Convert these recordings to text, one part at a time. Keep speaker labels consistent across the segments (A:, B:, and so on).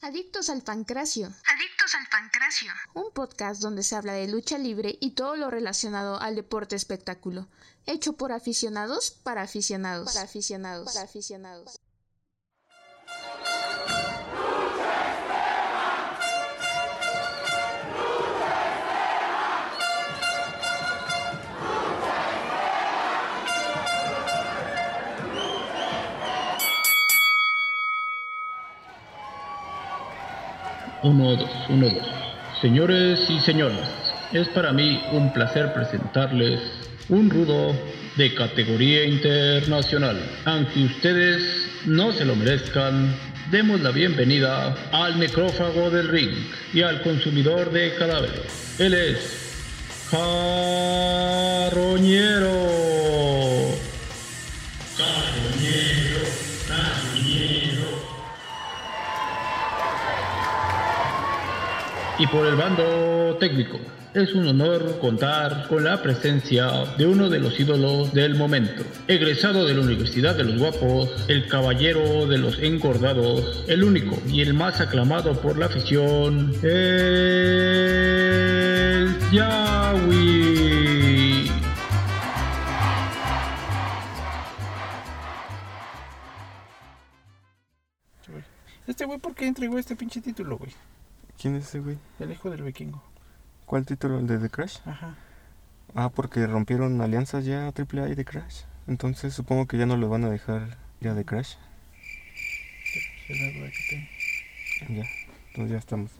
A: Adictos al Pancracio.
B: Adictos al Pancracio.
A: Un podcast donde se habla de lucha libre y todo lo relacionado al deporte espectáculo. Hecho por aficionados para aficionados. Para aficionados. Para aficionados.
C: Uno, dos, uno, dos. Señores y señoras, es para mí un placer presentarles un rudo de categoría internacional. Aunque ustedes no se lo merezcan, demos la bienvenida al necrófago del ring y al consumidor de cadáveres. Él es Carroñero. Carroñero, Carroñero. y por el bando técnico. Es un honor contar con la presencia de uno de los ídolos del momento, egresado de la Universidad de los Guapos, el caballero de los engordados, el único y el más aclamado por la afición, el Yahweh.
D: Este güey, ¿por qué entregó este pinche título, güey?
E: ¿Quién es ese güey?
D: El hijo del vikingo.
E: ¿Cuál título? ¿El de The Crash?
D: Ajá.
E: Ah, porque rompieron alianzas ya AAA y The Crash. Entonces supongo que ya no lo van a dejar ya The Crash.
D: Es la duda que tengo.
E: Ya, entonces ya estamos.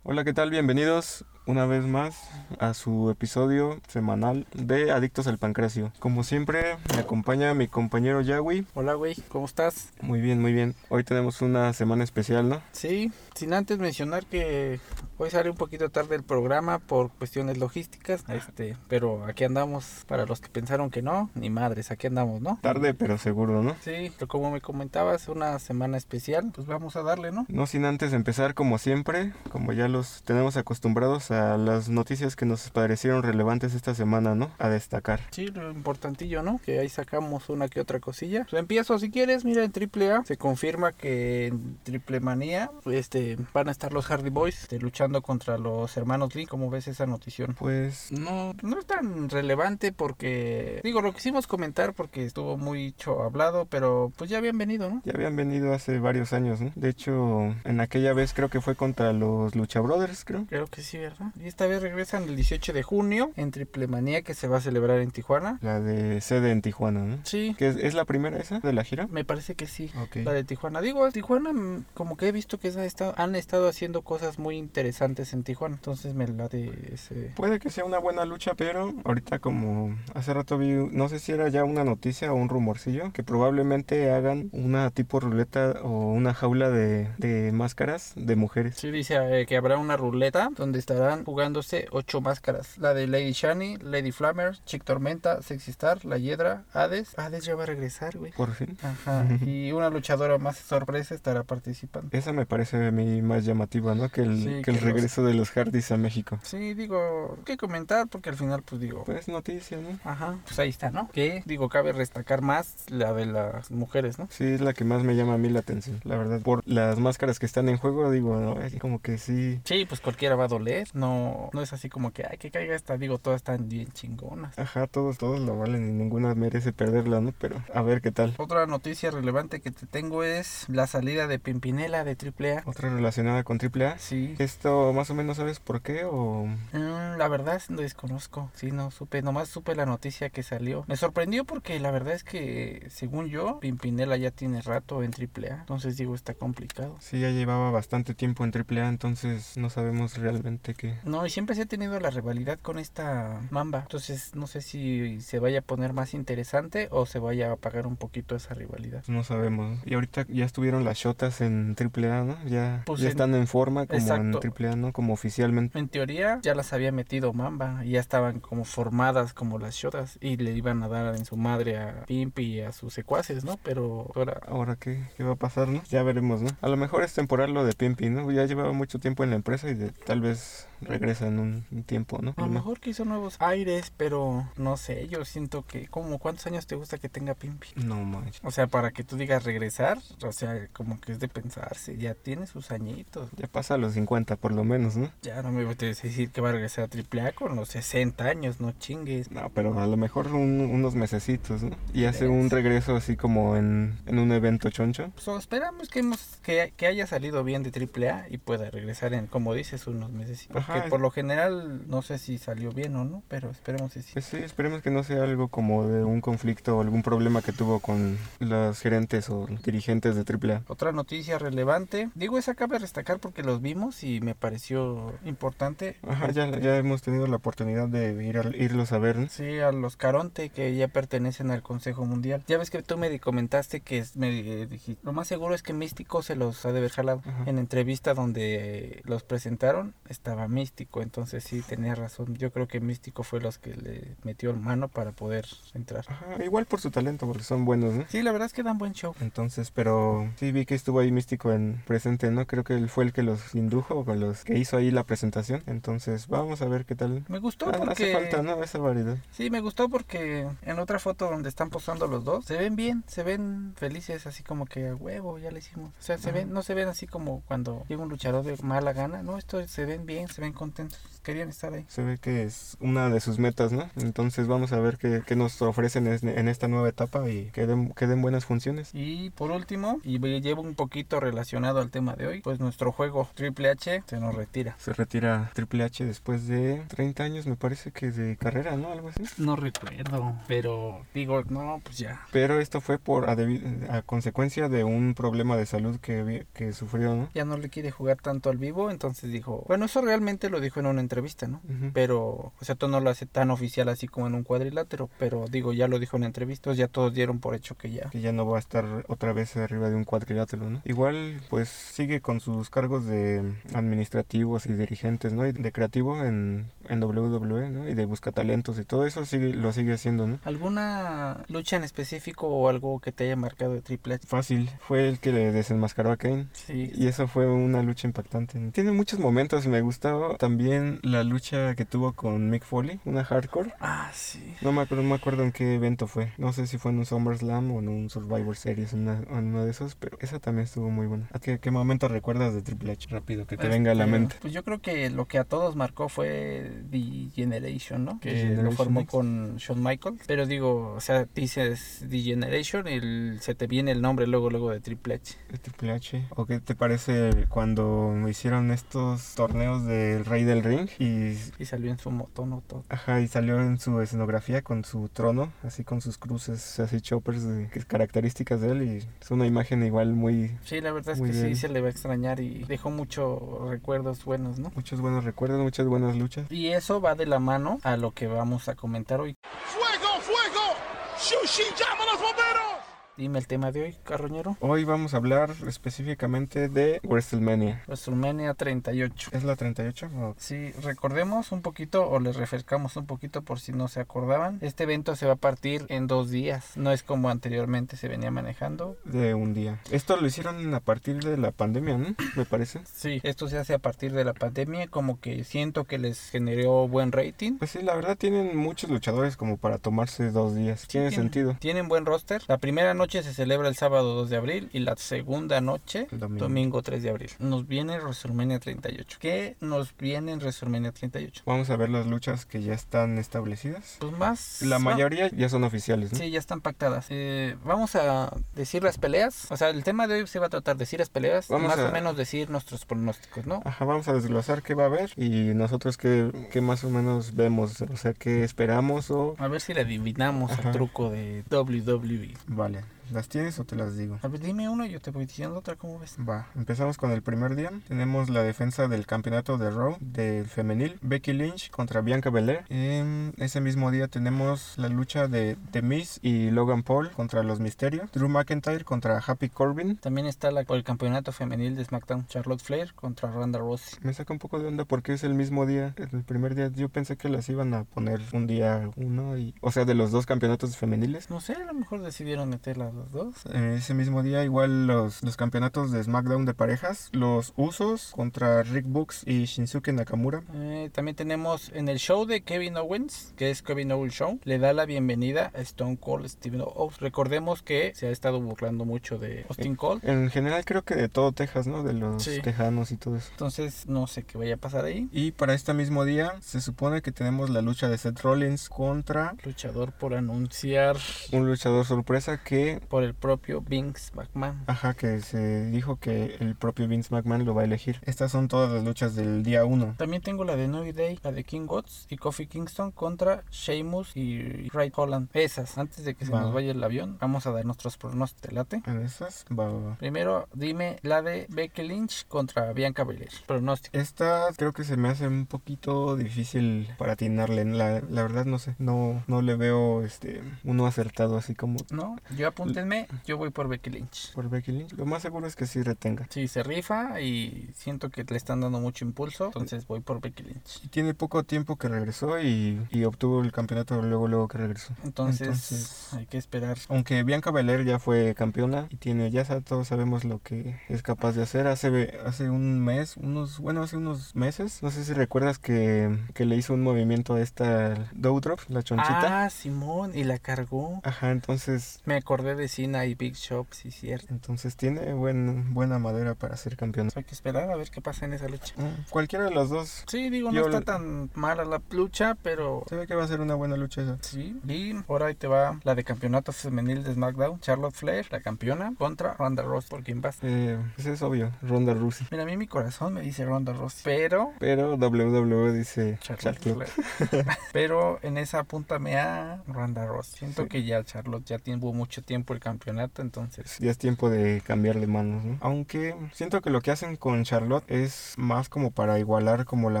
E: Hola, ¿qué tal? Bienvenidos una vez más a su episodio semanal de Adictos al Pancracio. Como siempre, me acompaña mi compañero Yawi.
D: Hola, güey. ¿Cómo estás?
E: Muy bien, muy bien. Hoy tenemos una semana especial, ¿no?
D: Sí, sin antes mencionar que hoy sale un poquito tarde el programa por cuestiones logísticas. Este, pero aquí andamos para los que pensaron que no, ni madres, aquí andamos, ¿no?
E: Tarde, pero seguro, ¿no?
D: Sí, pero como me comentabas, una semana especial, pues vamos a darle, ¿no?
E: No sin antes empezar, como siempre, como ya los tenemos acostumbrados a las noticias que nos parecieron relevantes esta semana, ¿no? A destacar.
D: Sí, lo importantillo, ¿no? Que ahí sacamos una que otra cosilla. Pues empiezo si quieres, mira, en AAA se confirma que en Triple Manía este, van a estar los Hardy Boys este, luchando contra los hermanos Lee. ¿Cómo ves esa notición?
E: Pues
D: No, no es tan relevante porque, digo, lo quisimos comentar porque estuvo muy cho- hablado, pero pues ya habían venido, ¿no?
E: ya habían venido hace varios años, ¿no? De hecho, en aquella vez creo que fue contra los Lucha Brothers, creo.
D: Creo que sí, ¿verdad? Y esta vez regresan el 18 de junio en Triple Manía que se va a celebrar en Tijuana.
E: La de sede en Tijuana, ¿no?
D: Sí,
E: ¿Que es, es la primera esa de la gira?
D: me parece que sí.
E: Ok.
D: La de Tijuana. Digo, Tijuana, mm, como que he visto que se ha estado- han estado haciendo cosas muy interesantes en Tijuana. Entonces me la de ese.
E: Puede que sea una buena lucha, pero ahorita como hace rato vi, no sé si era ya una noticia o un rumorcillo, que probablemente hagan una tipo ruleta o una jaula de, de máscaras de mujeres.
D: Sí, dice eh, que habrá una ruleta donde estarán jugándose ocho máscaras. La de Lady Shani, Lady Flammer, Chick Tormenta, Sexy Star, La Hiedra, Hades. Hades ya va a regresar, güey.
E: Por fin.
D: Ajá. Y una luchadora más sorpresa estará participando.
E: Esa me parece a mí más llamativa, ¿no? Que el,
D: Sí,
E: que el
D: que los-
E: regreso de los Hardys a México.
D: Sí, digo, que comentar porque al final, pues digo,
E: Pues noticia, ¿no?
D: Ajá, pues ahí está, ¿no? Que, digo, cabe destacar más la de las mujeres, ¿no?
E: Sí, es la que más me llama a mí la atención, la verdad. Por las máscaras que están en juego, digo, no, es como que sí.
D: Sí, pues cualquiera va a doler, no, no es así como que, ay, que caiga esta, digo, todas están bien chingonas.
E: Ajá, todos, todos lo valen y ninguna merece perderla, ¿no? Pero a ver qué tal.
D: Otra noticia relevante que te tengo es la salida de Pimpinela de AAA.
E: Otra relacionada con AAA.
D: Sí.
E: Esto más o menos sabes por qué o
D: Mm, la verdad es- desconozco. Sí, no supe, nomás supe la noticia que salió. Me sorprendió porque la verdad es que, según yo, Pimpinela ya tiene rato en AAA. Entonces digo, está complicado.
E: sí ya llevaba bastante tiempo en AAA, entonces no sabemos realmente qué.
D: No, y siempre se ha tenido la rivalidad con esta mamba. Entonces, no sé si se vaya a poner más interesante o se vaya a apagar un poquito esa rivalidad.
E: pues, No sabemos. Y ahorita ya estuvieron las shotas en AAA, ¿no? Ya,
D: Pues
E: ya
D: en-
E: están en forma como
D: Exacto.
E: en AAA, ¿no? Como oficialmente.
D: En teoría, ya las había metido mamba y ya estaban como formadas como las shotas y le iban a dar en su madre a Pimpi y a sus secuaces, ¿no? Pero ahora.
E: Ahora qué, qué va a pasar, ¿no? Ya veremos, ¿no? A lo mejor es temporal lo de Pimpi, ¿no? Ya llevaba mucho tiempo en la empresa y de- tal vez regresa en un, un tiempo, ¿no?
D: A lo mejor quiso nuevos aires, pero no sé, yo siento que como cuántos años te gusta que tenga Pimpi.
E: No manches.
D: O sea, para que tú digas regresar, o sea, como que es de pensarse, ya tiene sus añitos.
E: Ya pasa los 50 por lo menos, ¿no?
D: Ya no me voy a decir que va a regresar a AAA con los 60 años, no chingues.
E: No, pero a lo mejor un- unos mesecitos, ¿no? Y hace un regreso así como en, en un evento choncho.
D: Pues esperamos que, hemos, que, que haya salido bien de AAA y pueda regresar en, como dices, unos meses. Porque
E: Ajá.
D: por lo general no sé si salió bien o no, pero esperemos que sí.
E: Pues sí, esperemos que no sea algo como de un conflicto o algún problema que tuvo con los gerentes o dirigentes de AAA.
D: Otra noticia relevante, digo esa cabe destacar porque los vimos y me pareció importante.
E: Ajá, ya, ya hemos tenido la oportunidad de ir a- irlos a ver. ¿no?
D: Sí, a los Caronte que ya pertenecen al Consejo Mundial. Ya ves que tú me di- comentaste que es- me eh, dijiste, lo más seguro es que Místico se los ha de haber jalado.
E: Ajá.
D: En entrevista donde los presentaron estaba Místico, entonces sí tenía razón. Yo creo que Místico fue los que le metió el mano para poder entrar.
E: Ajá, igual por su talento, porque son buenos, ¿no?
D: Sí, la verdad es que dan buen show.
E: Entonces, pero sí vi que estuvo ahí místico en presente, ¿no? Creo que él fue el que los indujo, o los que hizo ahí la presentación. Entonces, vamos a ver qué tal.
D: Me gustó
E: Ah,
D: porque
E: Hace falta, ¿no? Esa variedad.
D: Sí, me gustó porque en otra foto donde están posando los dos, se ven bien, se ven felices, así como que a huevo, ya le hicimos. O sea, se
E: Ajá.
D: ven, no se ven así como cuando llega un luchador de mala gana, no, esto se ven bien, se ven contentos, querían estar ahí.
E: Se ve que es una de sus metas, ¿no? Entonces, vamos a ver qué, qué nos ofrecen es- en esta nueva etapa y que den, que den buenas funciones.
D: Y por último, y me llevo un poquito relacionado al tema de hoy, pues nuestro juego Triple H se nos retira.
E: Se retira Triple H después de 30 años, me parece que de carrera, ¿no? Algo así.
D: No recuerdo, pero digo, no, pues ya.
E: Pero esto fue por a, debi- a consecuencia de un problema de salud que, vi- que sufrió, ¿no?
D: Ya no le quiere jugar tanto al vivo, entonces dijo, bueno, eso realmente lo dijo en una entrevista, ¿no?
E: Ujú.
D: pero o sea todo no lo hace tan oficial así como en un cuadrilátero pero digo ya lo dijo en entrevistas ya todos dieron por hecho que ya
E: que ya no va a estar otra vez arriba de un cuadrilátero, ¿no? Igual, pues sigue con sus cargos de administrativos y dirigentes, ¿no? Y de creativo en, en WWE, ¿no? Y de buscatalentos y todo eso sigue, lo sigue haciendo, ¿no?
D: alguna lucha en específico o algo que te haya marcado de Triple H
E: Fácil, fue el que le desenmascaró a Kane.
D: sí
E: Y eso fue una lucha impactante. ¿no? Tiene muchos momentos y me gustaba también la lucha que tuvo con Mick Foley, una hardcore.
D: ah sí
E: No me, acuerdo, no me acuerdo en qué evento fue. No sé si fue en un SummerSlam o en un Survivor Series, en, una- en uno de esos, pero esa también estuvo muy buena. ¿A qué, qué momento recuerdas de Triple H? Rápido, que te venga a la
D: Este,
E: mente.
D: Pues yo creo que lo que a todos marcó fue The Generation, ¿no? Que
E: The Generation
D: lo formó
E: X.
D: con Shawn Michaels. Pero digo, o sea, dices The Generation y el- se te viene el nombre luego, luego de Triple H.
E: De Triple H. ¿O qué te parece cuando hicieron estos torneos del Rey del Ring? Y,
D: Y salió en su motonoto.
E: ajá, y salió en su escenografía con su trono, así con sus cruces, así choppers, de- que es características de él. Y es una imagen igual muy...
D: Sí, la verdad es
E: Muy
D: que
E: bien.
D: sí se le va a extrañar y dejó muchos recuerdos buenos, ¿no?
E: Muchos buenos recuerdos, muchas buenas luchas.
D: Y eso va de la mano a lo que vamos a comentar hoy.
F: ¡Fuego, fuego! ¡Shushi, llama a los bomberos!
D: Dime el tema de hoy, carroñero.
E: Hoy vamos a hablar específicamente de WrestleMania.
D: WrestleMania 38.
E: ¿Es la 38? ¿O
D: Sí, recordemos un poquito o les refrescamos un poquito por si no se acordaban. Este evento se va a partir en dos días. No es como anteriormente se venía manejando.
E: de un día. Esto lo hicieron a partir de la pandemia, ¿no? Me parece.
D: Sí, esto se hace a partir de la pandemia. Como que siento que les generó buen rating.
E: Pues sí, la verdad tienen muchos luchadores como para tomarse dos días. Tiene
D: Tienen-
E: sentido.
D: Tienen buen roster. La primera noche se celebra el sábado 2 de abril y la segunda noche
E: El
D: domingo,
E: domingo.
D: 3 de abril. Nos viene WrestleMania 38. ¿Qué nos viene en WrestleMania 38?
E: Vamos a ver las luchas que ya están establecidas.
D: Pues más...
E: La
D: va-
E: mayoría ya son oficiales, ¿no?
D: Sí, ya están pactadas. Eh, vamos a decir las peleas. O sea, el tema de hoy se va a tratar de decir las peleas.
E: Vamos
D: más
E: a-
D: o menos decir nuestros pronósticos, ¿no?
E: Ajá, vamos a desglosar qué va a haber y nosotros qué, qué más o menos vemos, o sea, qué esperamos o...
D: A ver si le adivinamos
E: Ajá.
D: el truco de WWE.
E: Vale, ¿las tienes o te las digo?
D: A ver, dime uno y yo te voy diciendo otra. ¿Cómo ves?
E: Va, empezamos con el primer día. Tenemos la defensa del campeonato de Raw del femenil. Becky Lynch contra Bianca Belair. En ese mismo día tenemos la lucha de The Miz y Logan Paul contra los Misterios. Drew McIntyre contra Happy Corbin.
D: También está la, por el campeonato femenil de SmackDown. Charlotte Flair contra Ronda Rousey.
E: Me saca un poco de onda porque es el mismo día, el primer día. Yo pensé que las iban a poner un día uno y... O sea, de los dos campeonatos femeniles.
D: No sé, a lo mejor decidieron meter las los dos.
E: Eh, ese mismo día, igual los, los campeonatos de SmackDown de parejas, los Usos contra Rick Books y Shinsuke Nakamura.
D: Eh, también tenemos en el show de Kevin Owens, que es Kevin Owens Show, le da la bienvenida a Stone Cold Steve Owens. Recordemos que se ha estado burlando mucho de Austin Cold.
E: En general, creo que de todo Texas, ¿no? De los
D: Sí.
E: tejanos y todo eso.
D: Entonces no sé qué vaya a pasar ahí.
E: Y para este mismo día, se supone que tenemos la lucha de Seth Rollins contra
D: Luchador por anunciar
E: un luchador sorpresa que
D: por el propio Vince McMahon.
E: Ajá, que se dijo que el propio Vince McMahon lo va a elegir. Estas son todas las luchas del día 1.
D: También tengo la de New Day, la de King Gods y Kofi Kingston contra Sheamus y Ray Holland. Esas, antes de que se
E: Va.
D: nos vaya el avión, vamos a dar nuestros pronósticos. ¿Te late?
E: ¿En esas? Va, va, va.
D: Primero, dime la de Becky Lynch contra Bianca Belair. Pronóstico.
E: Esta creo que se me hace un poquito difícil para atinarle. La, la verdad no sé, no, no le veo este uno acertado así como
D: No, yo apúntenme, yo voy por Becky Lynch.
E: por Becky Lynch. Lo más seguro es que sí retenga.
D: Sí, se rifa y siento que le están dando mucho impulso, entonces voy por Becky Lynch.
E: Y tiene poco tiempo que regresó y, y obtuvo el campeonato luego luego que regresó.
D: Entonces,
E: Entonces-
D: hay que esperar.
E: Aunque Bianca Belair ya fue campeona y tiene, ya sa- todos sabemos lo que es capaz de hacer. Hace, ve- hace un mes, unos, bueno, hace unos meses, no sé si recuerdas que, que le hizo un movimiento a esta Doudrop, la chonchita.
D: Ah, Simón, y la cargó.
E: Ajá, entonces,
D: Me acordé de Cena y Big Shop, sí, cierto.
E: entonces tiene buen, buena madera para ser campeona.
D: Hay que esperar a ver qué pasa en esa lucha.
E: Mm, Cualquiera de las dos,
D: Sí, digo, no
E: Yo-
D: está tan mala la lucha, pero
E: se ve que va a ser una buena lucha esa.
D: sí. Y ahora ahí te va la de campeonato femenil de SmackDown, Charlotte Flair, la campeona, contra Ronda Rousey, por quien vas.
E: Eh, pues es obvio, Ronda Rousey.
D: Mira, a mí mi corazón me dice Ronda Rousey, pero...
E: Pero WWE dice
D: Charlotte
E: Charlotte.
D: Flair. pero en esa punta me a Ronda Rousey. Siento
E: Sí.
D: que ya Charlotte ya tuvo mucho tiempo el campeonato, entonces...
E: Ya es tiempo de cambiar de manos, ¿no? Aunque siento que lo que hacen con Charlotte es más como para igualar como la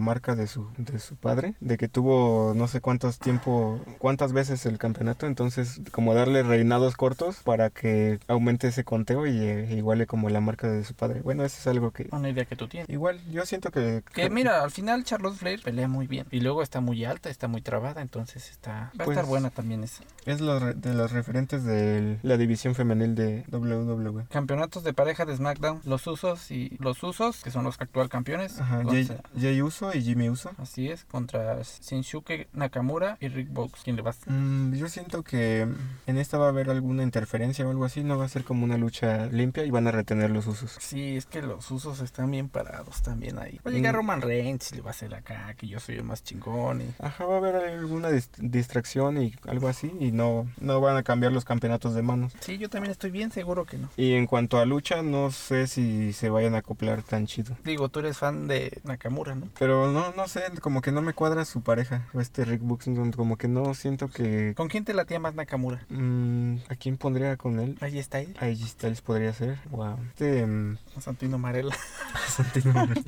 E: marca de su, de su padre, de que tuvo no sé cuántos tiempo, cuántas veces el campeonato, entonces como darle reinados cortos para que aumente ese conteo y eh, iguale como la marca de su padre. Bueno, eso es algo que
D: Una idea que tú tienes.
E: igual yo siento que...
D: Que mira, al final Charlotte Flair pelea muy bien. Y luego está muy alta, está muy trabada, entonces está... Va a
E: Pues-
D: estar buena también esa.
E: Es lo re- de los referentes de la división femenil de E. WWE.
D: Campeonatos de pareja de SmackDown, los usos y los usos, que son los actual campeones.
E: Ajá, Jay,
D: contra-
E: Jay Uso y Jimmy Uso.
D: así es, contra Shinsuke Nakamura y Rick Box. ¿Quién le vas?
E: Mm, yo siento que en esta va a haber alguna interferencia o algo así, no va a ser como una lucha limpia y van a retener los usos.
D: Sí, es que los usos están bien parados también ahí. Va a llegar
E: Mm.
D: Roman Reigns y le va a hacer acá, que yo soy el más chingón. y-
E: Ajá, va a haber alguna dis- distracción y algo así y no, no van a cambiar los campeonatos de manos.
D: Sí, yo también estoy bien seguro que no.
E: Y en cuanto a lucha, no sé si se vayan a acoplar tan chido.
D: Digo, tú eres fan de Nakamura, ¿no?
E: Pero no, no sé, como que no me cuadra su pareja, o este Rick Books, no, como que no siento que...
D: ¿Con quién te latía más Nakamura?
E: Mm, ¿A quién pondría con él?
D: Ahí está él,
E: A AJ Styles podría ser. Wow. Este... mm,
D: Santino Marella.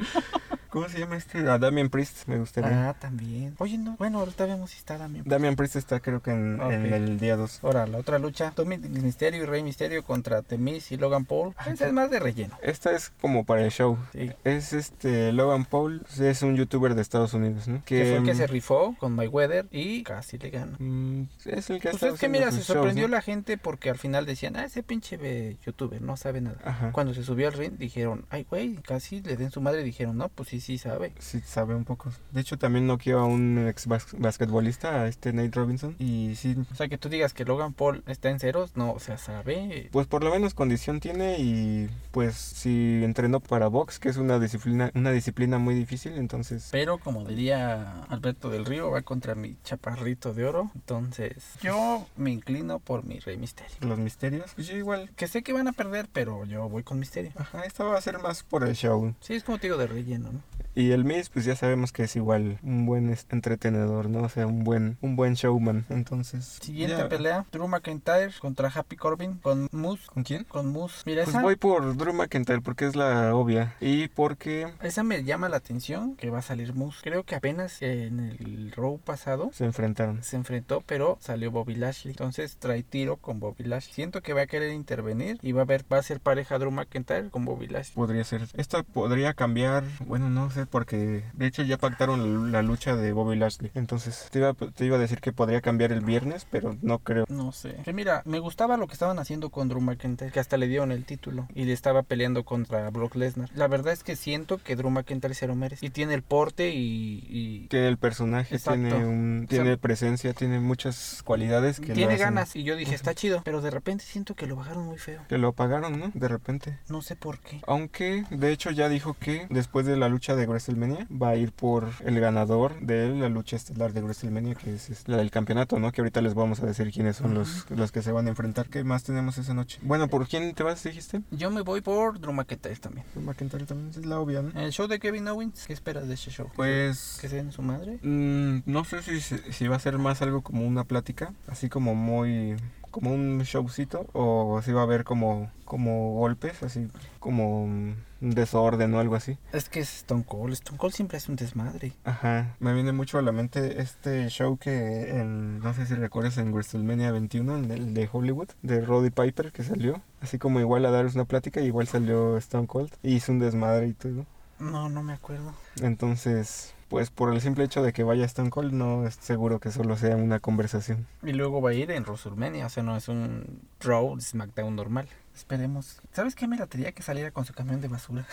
E: ¿Cómo se llama este? A Damian Priest, me gustaría.
D: Ah, también. Oye, no. Bueno, ahorita vemos si está también.
E: Damian Priest está creo que en,
D: Ok.
E: en el día 2.
D: Ahora, la otra lucha, Dominic Misterio y Rey Misterio contra Temis y Logan Paul. Esa es más de relleno.
E: Esta es como para el show.
D: Sí.
E: Es este Logan Paul, es un youtuber de Estados Unidos, ¿no?
D: Que fue el que se rifó con Mayweather y casi le gana.
E: mm, es el que ha
D: Pues
E: estado
D: es que
E: haciendo
D: mira, se
E: sus
D: sorprendió
E: shows, ¿no?
D: la gente porque al final decían, ah, ese pinche eh, youtuber no sabe nada.
E: Ajá.
D: Cuando se subió al ring dijeron, ay, güey, casi le den su madre. Dijeron, no, pues sí, sí sabe.
E: Sí, sabe un poco. De hecho, también noqueó a un ex bas- basquetbolista, a este Nate Robinson. Y sí,
D: O sea, que tú digas que Logan Paul está en ceros, no, o sea, sabe.
E: pues por lo menos condición tiene y pues si entrenó para box, que es una disciplina, una disciplina muy difícil, entonces...
D: Pero como diría Alberto del Río, va contra mi chaparrito de oro. Entonces, yo me inclino por mi Rey Misterio.
E: Los misterios. Pues yo igual.
D: Que sé que van a perder, pero yo voy con Misterio.
E: Ajá, esta va a ser más por el show.
D: Sí, es como te digo de relleno, ¿no?
E: Y el Miz, pues ya sabemos que es igual un buen es- entretenedor, ¿no? O sea, un buen, un buen showman. Entonces.
D: Siguiente
E: ya.
D: pelea, Drew McIntyre contra Happy Corbin con Moose.
E: ¿Con quién?
D: Con Moose. Mira,
E: Pues
D: esa,
E: voy por Drew McIntyre porque es la obvia. Y porque
D: esa me llama la atención que va a salir Moose. Creo que apenas en el row pasado
E: se enfrentaron.
D: se enfrentó, pero salió Bobby Lashley. Entonces trae tiro con Bobby Lashley. Siento que va a querer intervenir y va a ver, va a ser pareja Drew McIntyre con Bobby Lashley.
E: Podría ser. Esta podría cambiar. Bueno, no, no sé, porque de hecho ya pactaron la, la lucha de Bobby Lashley. Entonces te iba, te iba a decir que podría cambiar el viernes, pero no creo.
D: No sé. Que mira, me gustaba lo que estaban haciendo con Drew McIntyre, que hasta le dieron el título y le estaba peleando contra Brock Lesnar. La verdad es que siento que Drew McIntyre se lo merece y tiene el porte y, y
E: Que el personaje
D: Exacto.
E: tiene un,
D: O sea,
E: tiene presencia, tiene muchas cualidades que lo
D: tiene
E: hacen-
D: ganas. Y yo dije, está chido, pero de repente siento que lo bajaron muy feo.
E: Que lo apagaron, ¿no? De repente.
D: No sé por qué.
E: Aunque de hecho ya dijo que después de la lucha de WrestleMania va a ir por el ganador de la lucha estelar de WrestleMania, que es es la del campeonato, ¿no? Que ahorita les vamos a decir quiénes son los, los que se van a enfrentar. ¿Qué más tenemos esa noche? Bueno, ¿por quién te vas, dijiste?
D: Yo me voy por Drew McIntyre también.
E: Por McIntyre también es la obvia, ¿no?
D: El show de Kevin Owens, ¿qué esperas de ese show?
E: Pues...
D: ¿Que se den su madre?
E: mm, no sé si, se- si va a ser más algo como una plática, así como muy... Como un showcito, o si va a haber como, como golpes, así como mm, un desorden o algo así.
D: Es que es Stone Cold. Stone Cold siempre es un desmadre.
E: Ajá, me viene mucho a la mente este show que en, no sé si recuerdas en WrestleMania 21, en el de Hollywood, de Roddy Piper que salió, así como igual a darles una plática, igual salió Stone Cold y hizo un desmadre y todo.
D: No, no me acuerdo.
E: Entonces, pues por el simple hecho de que vaya Stone Cold no es seguro que solo sea una conversación.
D: Y luego va a ir en WrestleMania, o sea, no es un Raw SmackDown normal. Esperemos. ¿Sabes qué me latería que saliera con su camión de basura?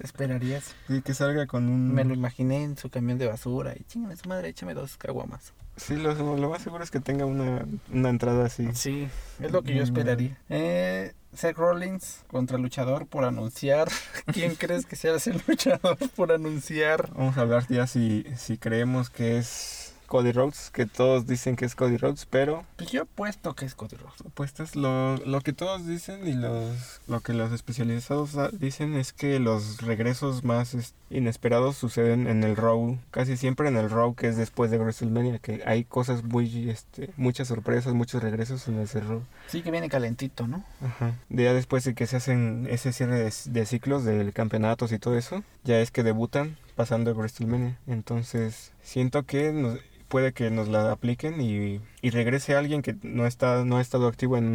D: Esperarías.
E: Y que salga con un...
D: Me lo imaginé en su camión de basura y chingan su madre, échame dos caguamas.
E: Sí, lo, lo más seguro es que tenga una, una entrada así.
D: Sí, es lo que yo esperaría. Eh, Seth Rollins contra luchador por anunciar. ¿Quién crees que sea ese luchador por anunciar?
E: Vamos a hablar ya si, si creemos que es Cody Rhodes, que todos dicen que es Cody Rhodes, pero
D: Pues yo apuesto que es Cody Rhodes.
E: Apuestas, lo, lo que todos dicen y los, lo que los especializados ah, dicen es que los regresos más es- inesperados suceden en el Raw, casi siempre en el Raw que es después de WrestleMania, que hay cosas muy, este, muchas sorpresas, muchos regresos en ese Raw.
D: Sí que viene calentito, ¿no?
E: Ajá. De ya después de que se hacen ese cierre de, de ciclos del campeonatos y todo eso, ya es que debutan pasando el WrestleMania. Entonces, siento que nos- puede que nos la apliquen y, y regrese alguien que no está no ha estado activo en,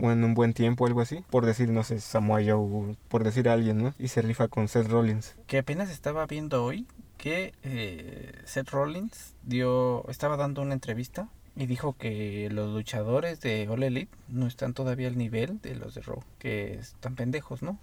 E: un- en un buen tiempo o algo así, por decir, no sé, Samoa Joe, o por decir alguien, ¿no? Y se rifa con Seth Rollins.
D: que apenas estaba viendo hoy que eh, Seth Rollins dio, estaba dando una entrevista y dijo que los luchadores de All Elite no están todavía al nivel de los de Raw, que están pendejos, ¿no?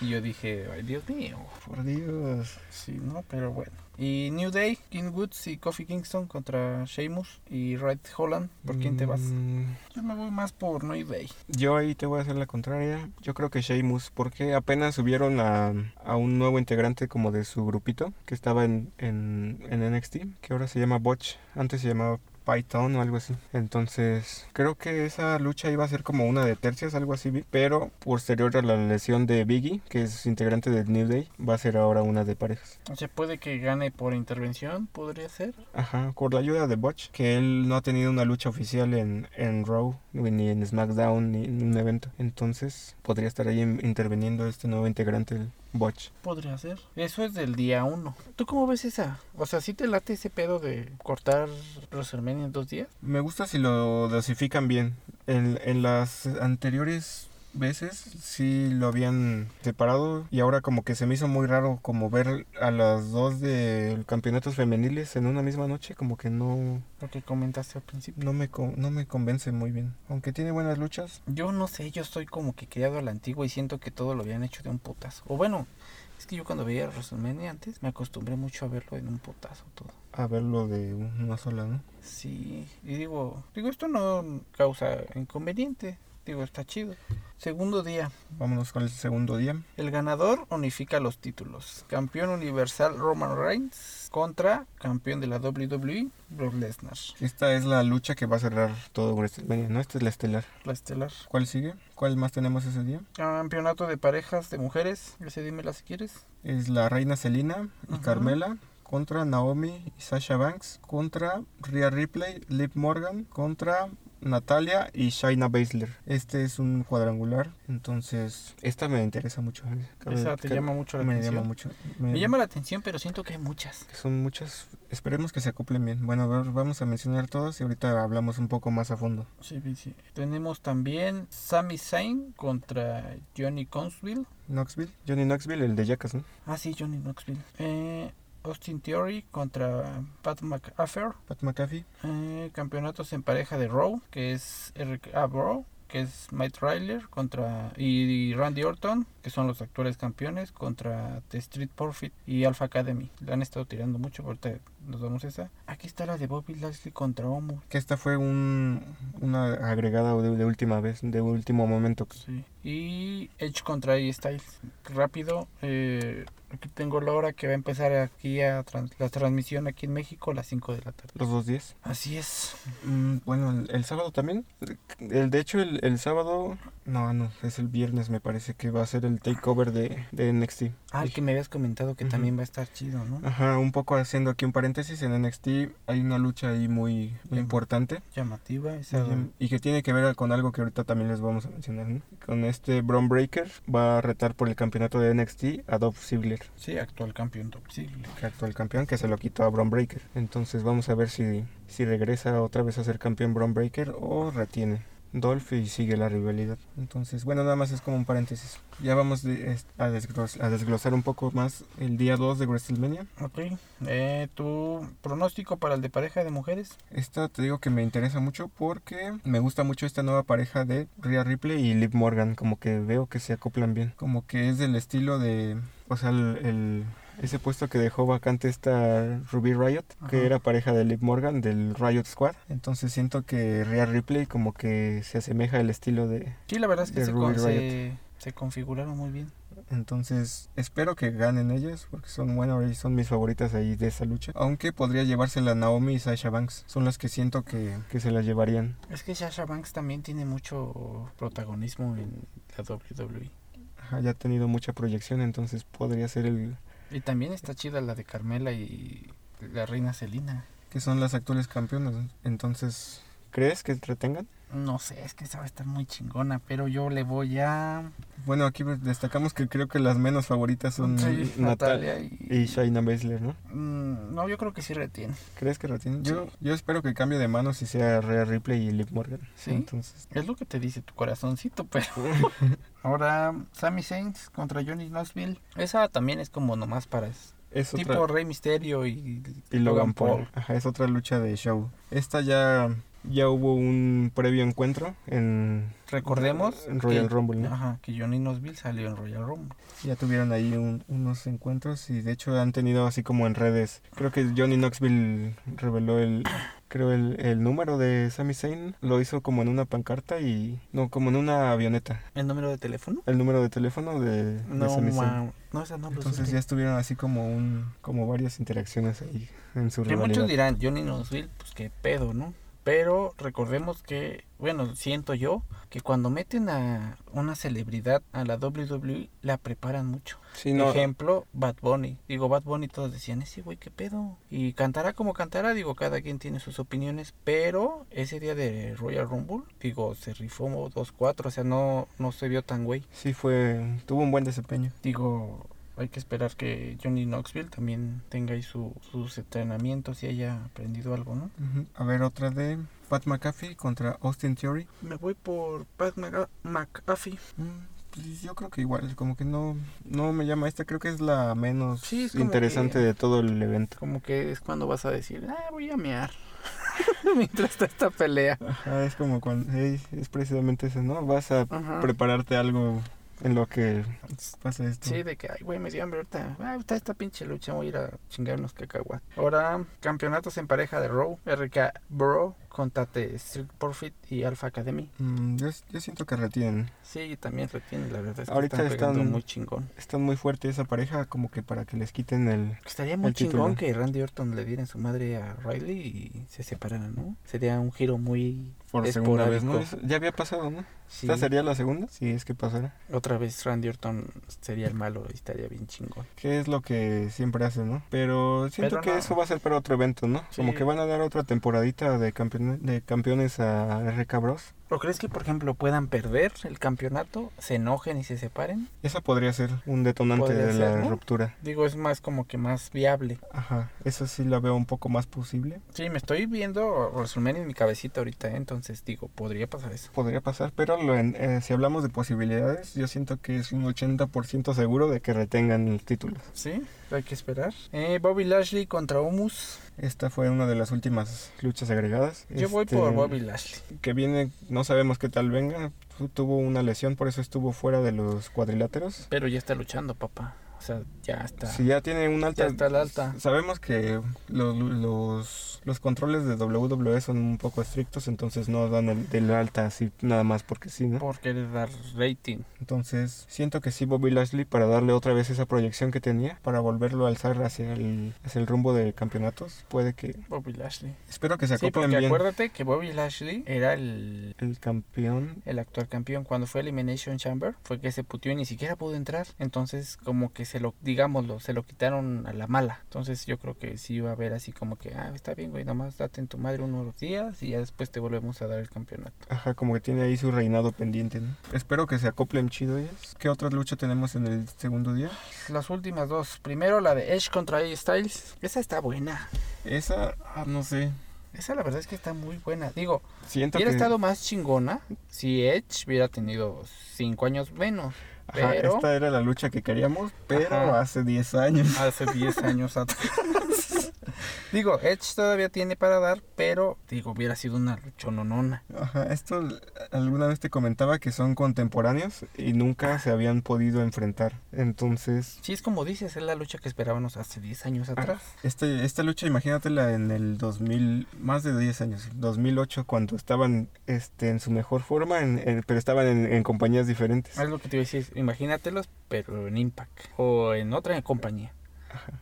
D: y yo dije, ay Dios mío,
E: Por Dios.
D: sí, no, pero bueno. Y New Day, King Woods y Kofi Kingston contra Sheamus y Red Holland, ¿por quién te vas?
E: Mm,
D: Yo me voy más por New Day.
E: Yo ahí te voy a hacer la contraria. Yo creo que Sheamus, porque apenas subieron a, a un nuevo integrante como de su grupito, que estaba en, en, en NXT, que ahora se llama Botch, antes se llamaba Python o algo así. Entonces, creo que esa lucha iba a ser como una de tercias, algo así, vi- pero posterior a la lesión de Biggie, que es integrante del New Day, va a ser ahora una de parejas.
D: O sea, puede que gane por intervención, podría ser.
E: Ajá, con la ayuda de Botch, que él no ha tenido una lucha oficial en, en Raw, ni en SmackDown, ni en un evento. Entonces podría estar ahí in- interviniendo este nuevo integrante, el Botch.
D: Podría ser. Eso es del día uno. ¿Tú cómo ves esa? O sea, ¿sí te late ese pedo de cortar WrestleMania en dos días?
E: Me gusta si lo dosifican bien. En, en las anteriores veces sí lo habían separado y ahora como que se me hizo muy raro como ver a las dos de campeonatos femeniles en una misma noche, como que no,
D: Lo que comentaste al principio.
E: no, me, con- no me convence muy bien. Aunque tiene buenas luchas,
D: Yo no sé, yo estoy como que criado a la antigua y siento que todo lo habían hecho de un putazo. O bueno, es que yo cuando veía WrestleMania antes me acostumbré mucho a verlo en un putazo todo.
E: a verlo de una sola, ¿no?
D: Sí, y digo, digo, esto no causa inconveniente. Digo, está chido. Segundo día,
E: Vámonos con el segundo día.
D: El ganador unifica los títulos. Campeón universal Roman Reigns contra campeón de la WWE Brock Lesnar.
E: Esta es la lucha que va a cerrar todo WrestleMania, ¿no? Esta es la estelar.
D: La estelar.
E: ¿Cuál sigue? ¿Cuál más tenemos ese día?
D: Campeonato de parejas de mujeres. Ese dímela si quieres.
E: Es la reina Selina y
D: Ajá.
E: Carmela contra Naomi y Sasha Banks contra Rhea Ripley, Liv Morgan contra Natalia y Shaina Baszler. Este es un cuadrangular, entonces esta me interesa mucho. Cabe-
D: Esa te
E: cabe-
D: llama mucho la
E: me
D: atención.
E: Llama mucho,
D: Me llama la atención, pero siento que hay muchas.
E: que Son muchas. Esperemos que se acoplen bien. Bueno, a ver, vamos a mencionar todas y ahorita hablamos un poco más a fondo.
D: Sí, sí, sí. Tenemos también Sami Zayn contra Johnny Consville.
E: Knoxville, Johnny Knoxville, el de Jackass, ¿no?
D: Ah, sí, Johnny Knoxville. Eh, Austin Theory contra Pat McAfee.
E: Pat McAfee,
D: Eh, campeonatos en pareja de Raw, que es RKA Bro, que es Mike Ryler contra y, y Randy Orton, que son los actuales campeones, contra The Street Profit y Alpha Academy. Le han estado tirando mucho, pero ahorita nos vamos a esa. Aquí está la de Bobby Lashley contra Omo.
E: que esta fue un, una agregada de, de última vez, de último momento.
D: Y Edge contra AJ Styles. Rápido. eh, aquí tengo la hora que va a empezar aquí a trans- la transmisión aquí en México a las 5 de la tarde.
E: Los dos días.
D: Así es.
E: Mm, bueno, el, el sábado también. El, de hecho, el, el sábado. No, no, es el viernes, me parece que va a ser el takeover de, de NXT.
D: Ah, el que me habías comentado que
E: Ujú.
D: también va a estar chido, ¿no?
E: Ajá, un poco haciendo aquí un paréntesis. En NXT hay una lucha ahí muy, muy importante.
D: Llamativa esa.
E: Y que tiene que ver con algo que ahorita también les vamos a mencionar. ¿no? Con este Bron Breaker va a retar por el campeonato de NXT a Dolph Ziggler,
D: Sí, actual campeón top siglo.
E: que actual campeón, que se lo quitó a Bron Breaker. Entonces vamos a ver si, si regresa otra vez a ser campeón Bron Breaker o retiene. Dolph y sigue la rivalidad. Entonces, bueno, nada más es como un paréntesis. Ya vamos de- es- a, desglos- a desglosar un poco más el día 2 de WrestleMania.
D: Ok. Eh, ¿Tu pronóstico para el de pareja de mujeres?
E: Esta te digo que me interesa mucho porque me gusta mucho esta nueva pareja de Rhea Ripley y Liv Morgan. Como que veo que se acoplan bien. Como que es del estilo de. O sea, el. el- ese puesto que dejó vacante esta Ruby Riot,
D: Ajá.
E: que era pareja de Liv Morgan del Riot Squad. Entonces siento que Rhea Ripley como que se asemeja al estilo de...
D: Sí, la verdad es que
E: De
D: se,
E: Ruby
D: con- se, se configuraron muy bien.
E: Entonces espero que ganen ellas porque son buenas y son mis favoritas ahí de esa lucha. Aunque podría llevársela Naomi y Sasha Banks. Son las que siento que, que se las llevarían.
D: Es que Sasha Banks también tiene mucho protagonismo en la E. WWE.
E: Ajá, ya ha tenido mucha proyección, entonces podría ser el
D: Y también está chida la de Carmela y la reina Celina.
E: que son las actuales campeonas. ¿no? Entonces, ¿crees que retengan?
D: No sé, es que esa va a estar muy chingona, pero yo le voy a...
E: Bueno, aquí pues destacamos que creo que las menos favoritas son
D: Sí,
E: Natalia
D: y...
E: y Shaina Baszler, ¿no?
D: Mm, no, yo creo que sí retiene.
E: ¿Crees que retienen? Yo, yo espero que cambie de manos y sea Rhea Ripley y Liv Morgan.
D: Sí.
E: Entonces,
D: Es lo que te dice tu corazoncito, pero. Ahora, Sammy Sainz contra Johnny Knoxville. Esa también es como nomás para.
E: es
D: tipo
E: otra...
D: Rey Misterio y,
E: Y Logan Paul. Ajá, es otra lucha de show. Esta ya, ya hubo un previo encuentro en...
D: Recordemos.
E: En Royal
D: que,
E: Rumble, ¿no?
D: Ajá, que Johnny Knoxville salió en Royal Rumble.
E: Ya tuvieron ahí un- unos encuentros y de hecho han tenido así como en redes. Creo que Johnny Knoxville reveló el creo el, el número de Sami Zayn. Lo hizo como en una pancarta y no como en una avioneta.
D: ¿El número de teléfono?
E: El número de teléfono de, de
D: No,
E: Sami Zayn.
D: ma- no, esa no lo
E: Entonces
D: supe.
E: ya estuvieron así como un como varias interacciones ahí en su
D: Que
E: rivalidad.
D: muchos dirán, Johnny Knoxville, pues qué pedo, ¿no? Pero recordemos que, bueno, siento yo que cuando meten a una celebridad a la WWE, la preparan mucho.
E: Sí, no,
D: Ejemplo, Bad Bunny. Digo, Bad Bunny todos decían, ese güey, qué pedo. Y cantará como cantará, digo, cada quien tiene sus opiniones, pero ese día de Royal Rumble, digo, se rifó 2-4, o sea, no, no se vio tan güey.
E: sí fue tuvo un buen desempeño.
D: Digo, hay que esperar que Johnny Knoxville también tenga ahí su- sus entrenamientos y haya aprendido algo, ¿no?
E: Ujú. A ver otra de Pat McAfee contra Austin Theory.
D: Me voy por Pat Maga- McAfee.
E: Mm, pues Yo creo que igual, como que no, no me llama esta, creo que es la menos
D: Sí, es como
E: interesante
D: que-
E: de todo el evento.
D: Como que es cuando vas a decir, ah, voy a mear. Mientras está esta pelea.
E: Ajá, es como cuando, ey, es precisamente eso, ¿no? Vas a
D: Ajá.
E: prepararte algo en lo que pasa esto.
D: Sí, de que, ay, güey, me dio hambre ahorita. Ah, está esta pinche lucha, voy a ir a chingar unos cacahuates. Ahora, campeonatos en pareja de Raw, RK Bro, contate Street Profit y Alpha Academy.
E: Mm, yo, yo siento que retienen.
D: Sí, también retiene, la verdad. Es que
E: Ahorita
D: están pegando
E: están-
D: muy chingón.
E: Están muy fuerte esa pareja, como que para que les quiten el...
D: Estaría muy
E: El título.
D: chingón que Randy Orton le diera en su madre a Riley y se separaran, ¿no? Sería un giro muy
E: Por segunda vez, ¿no? Eso Ya había pasado, ¿no?
D: Sí,
E: ¿Esta sería la segunda? Si es que pasara.
D: Otra vez Randy Orton sería el malo y estaría bien chingón.
E: Que es lo que siempre hacen, ¿no? Pero siento
D: Pero
E: que
D: no.
E: eso va a ser para otro evento, ¿no? Como
D: Sí.
E: que van a dar otra temporadita de internet de campeones a RK Bros.
D: ¿O crees que, por ejemplo, puedan perder el campeonato, se enojen y se separen?
E: Esa podría ser un detonante
D: Podría
E: de
D: ser,
E: la
D: ¿no?
E: ruptura.
D: Digo, es más como que más viable.
E: Ajá, eso sí la veo un poco más posible.
D: Sí, me estoy viendo resumen en mi cabecita ahorita, ¿eh? entonces digo, podría pasar eso.
E: Podría pasar, pero lo en- eh, si hablamos de posibilidades, yo siento que es un 80% seguro de que retengan el título.
D: Sí, hay que esperar. Eh, Bobby Lashley contra Humus.
E: Esta fue una de las últimas luchas agregadas.
D: Yo voy
E: Este,
D: por Bobby Lashley.
E: Que viene, no sabemos qué tal venga. Tu- Tuvo una lesión, por eso estuvo fuera de los cuadriláteros.
D: Pero ya está luchando, papá. O sea, ya está.
E: Si ya tiene un alta...
D: Ya está el alta.
E: Sabemos que los, los, los controles de WWE son un poco estrictos, entonces no dan el, del alta así nada más porque sí, ¿no?
D: Por querer dar rating.
E: Entonces siento que sí Bobby Lashley para darle otra vez esa proyección que tenía, para volverlo a alzar hacia el, hacia el rumbo de campeonatos, puede que...
D: Bobby Lashley.
E: Espero que se
D: Sí,
E: acoplen
D: porque
E: bien.
D: acuérdate que Bobby Lashley era el,
E: El campeón...
D: el actual campeón. Cuando fue a Elimination Chamber, fue que se puteó y ni siquiera pudo entrar. Entonces, como que se lo, digámoslo, se lo quitaron a la mala. Entonces, yo creo que sí va a haber así como que, ah, está bien, güey, nomás date en tu madre unos días y ya después te volvemos a dar el campeonato.
E: Ajá, como que tiene ahí su reinado pendiente, ¿no? Espero que se acoplen chido ellos. ¿Qué otra lucha tenemos en el segundo día?
D: Las últimas dos. Primero, la de Edge contra AJ Styles. Esa está buena.
E: Esa, ah, no sé.
D: Esa, la verdad es que está muy buena. Digo,
E: Siento
D: hubiera
E: que...
D: estado más chingona si Edge hubiera tenido cinco años menos.
E: Ajá,
D: pero-
E: esta era la lucha que queríamos, pero
D: Ajá.
E: hace 10 años.
D: hace 10 años atrás. digo, Edge todavía tiene para dar, pero digo, hubiera sido una luchononona.
E: Ajá, esto l- alguna vez te comentaba que son contemporáneos y nunca se habían podido enfrentar. Entonces,
D: Sí, es como dices, es la lucha que esperábamos hace 10 años atrás.
E: este, esta lucha imagínatela en el 2000, más de 10 años, 2008, cuando estaban este, en su mejor forma, en- en- pero estaban en, en compañías diferentes.
D: Es lo que te iba a decir, imagínatelos, pero en Impact o en otra compañía.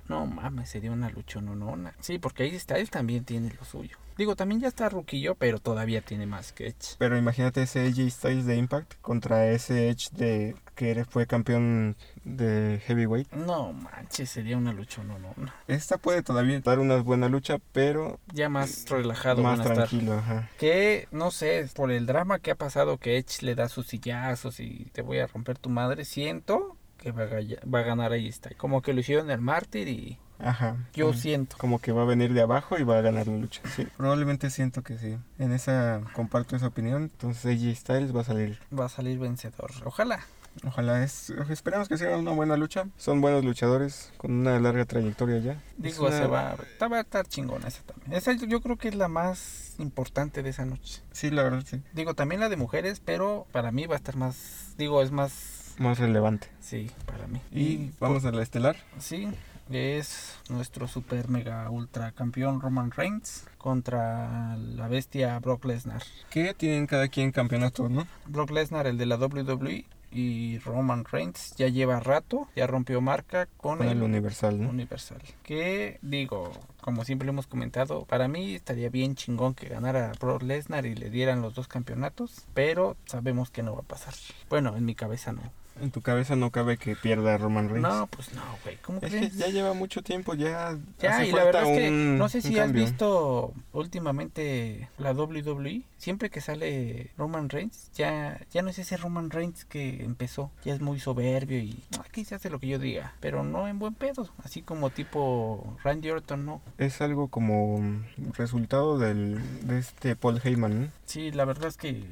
D: No mames, sería una luchononona. Sí, porque ahí está, él también tiene lo suyo. Digo, también ya está Ruquillo, pero todavía tiene más que Edge.
E: Pero imagínate ese AJ Styles de Impact contra ese Edge de que era- fue campeón de Heavyweight.
D: No manches, sería una luchononona.
E: Esta puede todavía dar una buena lucha, pero
D: Ya más relajado
E: más
D: van a estar.
E: tranquilo, ajá.
D: Que, no sé, por el drama que ha pasado que Edge le da sus sillazos y te voy a romper tu madre, siento que va a, galla- va a ganar ahí está. Como que lo hicieron el mártir y
E: Ajá.
D: yo
E: Ujú.
D: siento.
E: Como que va a venir de abajo y va a ganar la lucha. Sí, probablemente siento que sí. En esa comparto esa opinión. Entonces AJ Styles va a salir.
D: Va a salir vencedor. Ojalá.
E: Ojalá es. Esperemos que sea una buena lucha. Son buenos luchadores con una larga trayectoria ya. Es
D: Digo,
E: una-
D: se va, ta- va a estar chingona esa también. Esa yo- yo creo que es la más importante de esa noche.
E: Sí, la verdad sí.
D: Digo, también la de mujeres, pero para mí va a estar más. Digo, es más.
E: Más relevante.
D: Sí, para mí.
E: Y vamos a la estelar.
D: Sí, es nuestro super mega ultra campeón Roman Reigns contra la bestia Brock Lesnar.
E: Que tienen cada quien campeonato, ¿no?
D: Brock Lesnar, el de la WWE, y Roman Reigns ya lleva rato, ya rompió marca con,
E: Con el universal, ¿no?
D: Universal. Que digo, como siempre hemos comentado, para mí estaría bien chingón que ganara Brock Lesnar y le dieran los dos campeonatos, pero sabemos que no va a pasar. Bueno, en mi cabeza no.
E: En tu cabeza no cabe que pierda Roman Reigns.
D: No, pues no, güey. ¿Cómo
E: Es que
D: crees?
E: ya lleva mucho tiempo, ya.
D: Ya,
E: hace
D: y la
E: falta
D: verdad es que
E: un-
D: no sé si
E: un
D: has
E: cambio.
D: visto últimamente la WWE. Siempre que sale Roman Reigns, ya, ya no es ese Roman Reigns que empezó. Ya es muy soberbio y "No, aquí se hace lo que yo diga, pero no en buen pedo. Así como tipo Randy Orton, no.
E: Es algo como mm, resultado del, de este Paul Heyman. ¿no?
D: Sí, la verdad es que,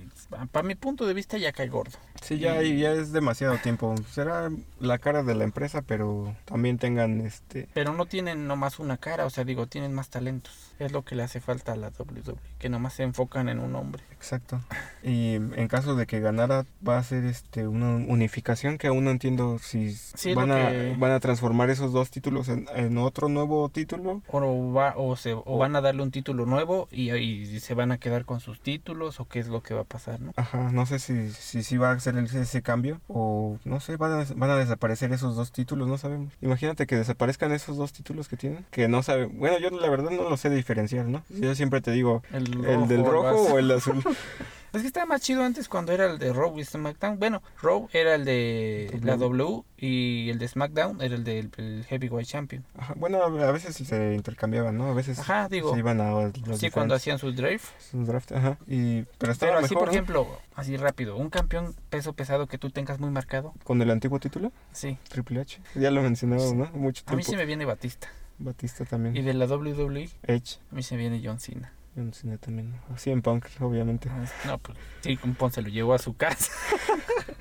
D: para mi punto de vista, ya cae gordo.
E: Sí, ya, hay- ya es demasiado tiempo. Será la cara de la empresa, pero también tengan este.
D: Pero no tienen nomás una cara, o sea, digo, tienen más talentos. Es lo que le hace falta a la WWE, que nomás se enfocan en un hombre.
E: Exacto. Y en caso de que ganara, va a ser este una unificación que aún no entiendo si
D: Sí,
E: van,
D: lo
E: a,
D: que-
E: van a transformar esos dos títulos en, en otro nuevo título.
D: o, va- o, se, o van a darle un título nuevo y, y se van a quedar con sus títulos o qué es lo que va a pasar, ¿no?
E: Ajá, no sé si, si, si va a ser el- ese cambio o no sé, van a, des- van a desaparecer esos dos títulos, no sabemos. Imagínate que desaparezcan esos dos títulos que tienen, que no saben. Bueno, yo la verdad no lo sé diferenciar, ¿no? Yo siempre te digo, el del rojo
D: vas-
E: o el azul.
D: Es que estaba más chido antes cuando era el de Raw y SmackDown. Bueno, Raw era el de
E: W.
D: la W y el de SmackDown era el del el Heavyweight Champion.
E: Ajá, Bueno, a a veces se intercambiaban, ¿no? A veces
D: Ajá, digo.
E: se iban a los
D: Sí,
E: diferentes-
D: cuando hacían su drive.
E: sus draft, ajá. Y, pero estaba
D: Pero así,
E: mejor,
D: por
E: ¿no?
D: ejemplo, así rápido, un campeón peso pesado que tú tengas muy marcado.
E: Con el antiguo título,
D: Sí,
E: Triple H. Ya lo mencionamos, ¿no? Mucho
D: a mí
E: tiempo.
D: se me viene Batista.
E: Batista
D: Y
E: también.
D: de la WWE,
E: Edge.
D: a mí se me viene John Cena.
E: John Cena también. Sí, en Punk, obviamente.
D: No, pues sí, un Pon se lo llevó a su casa.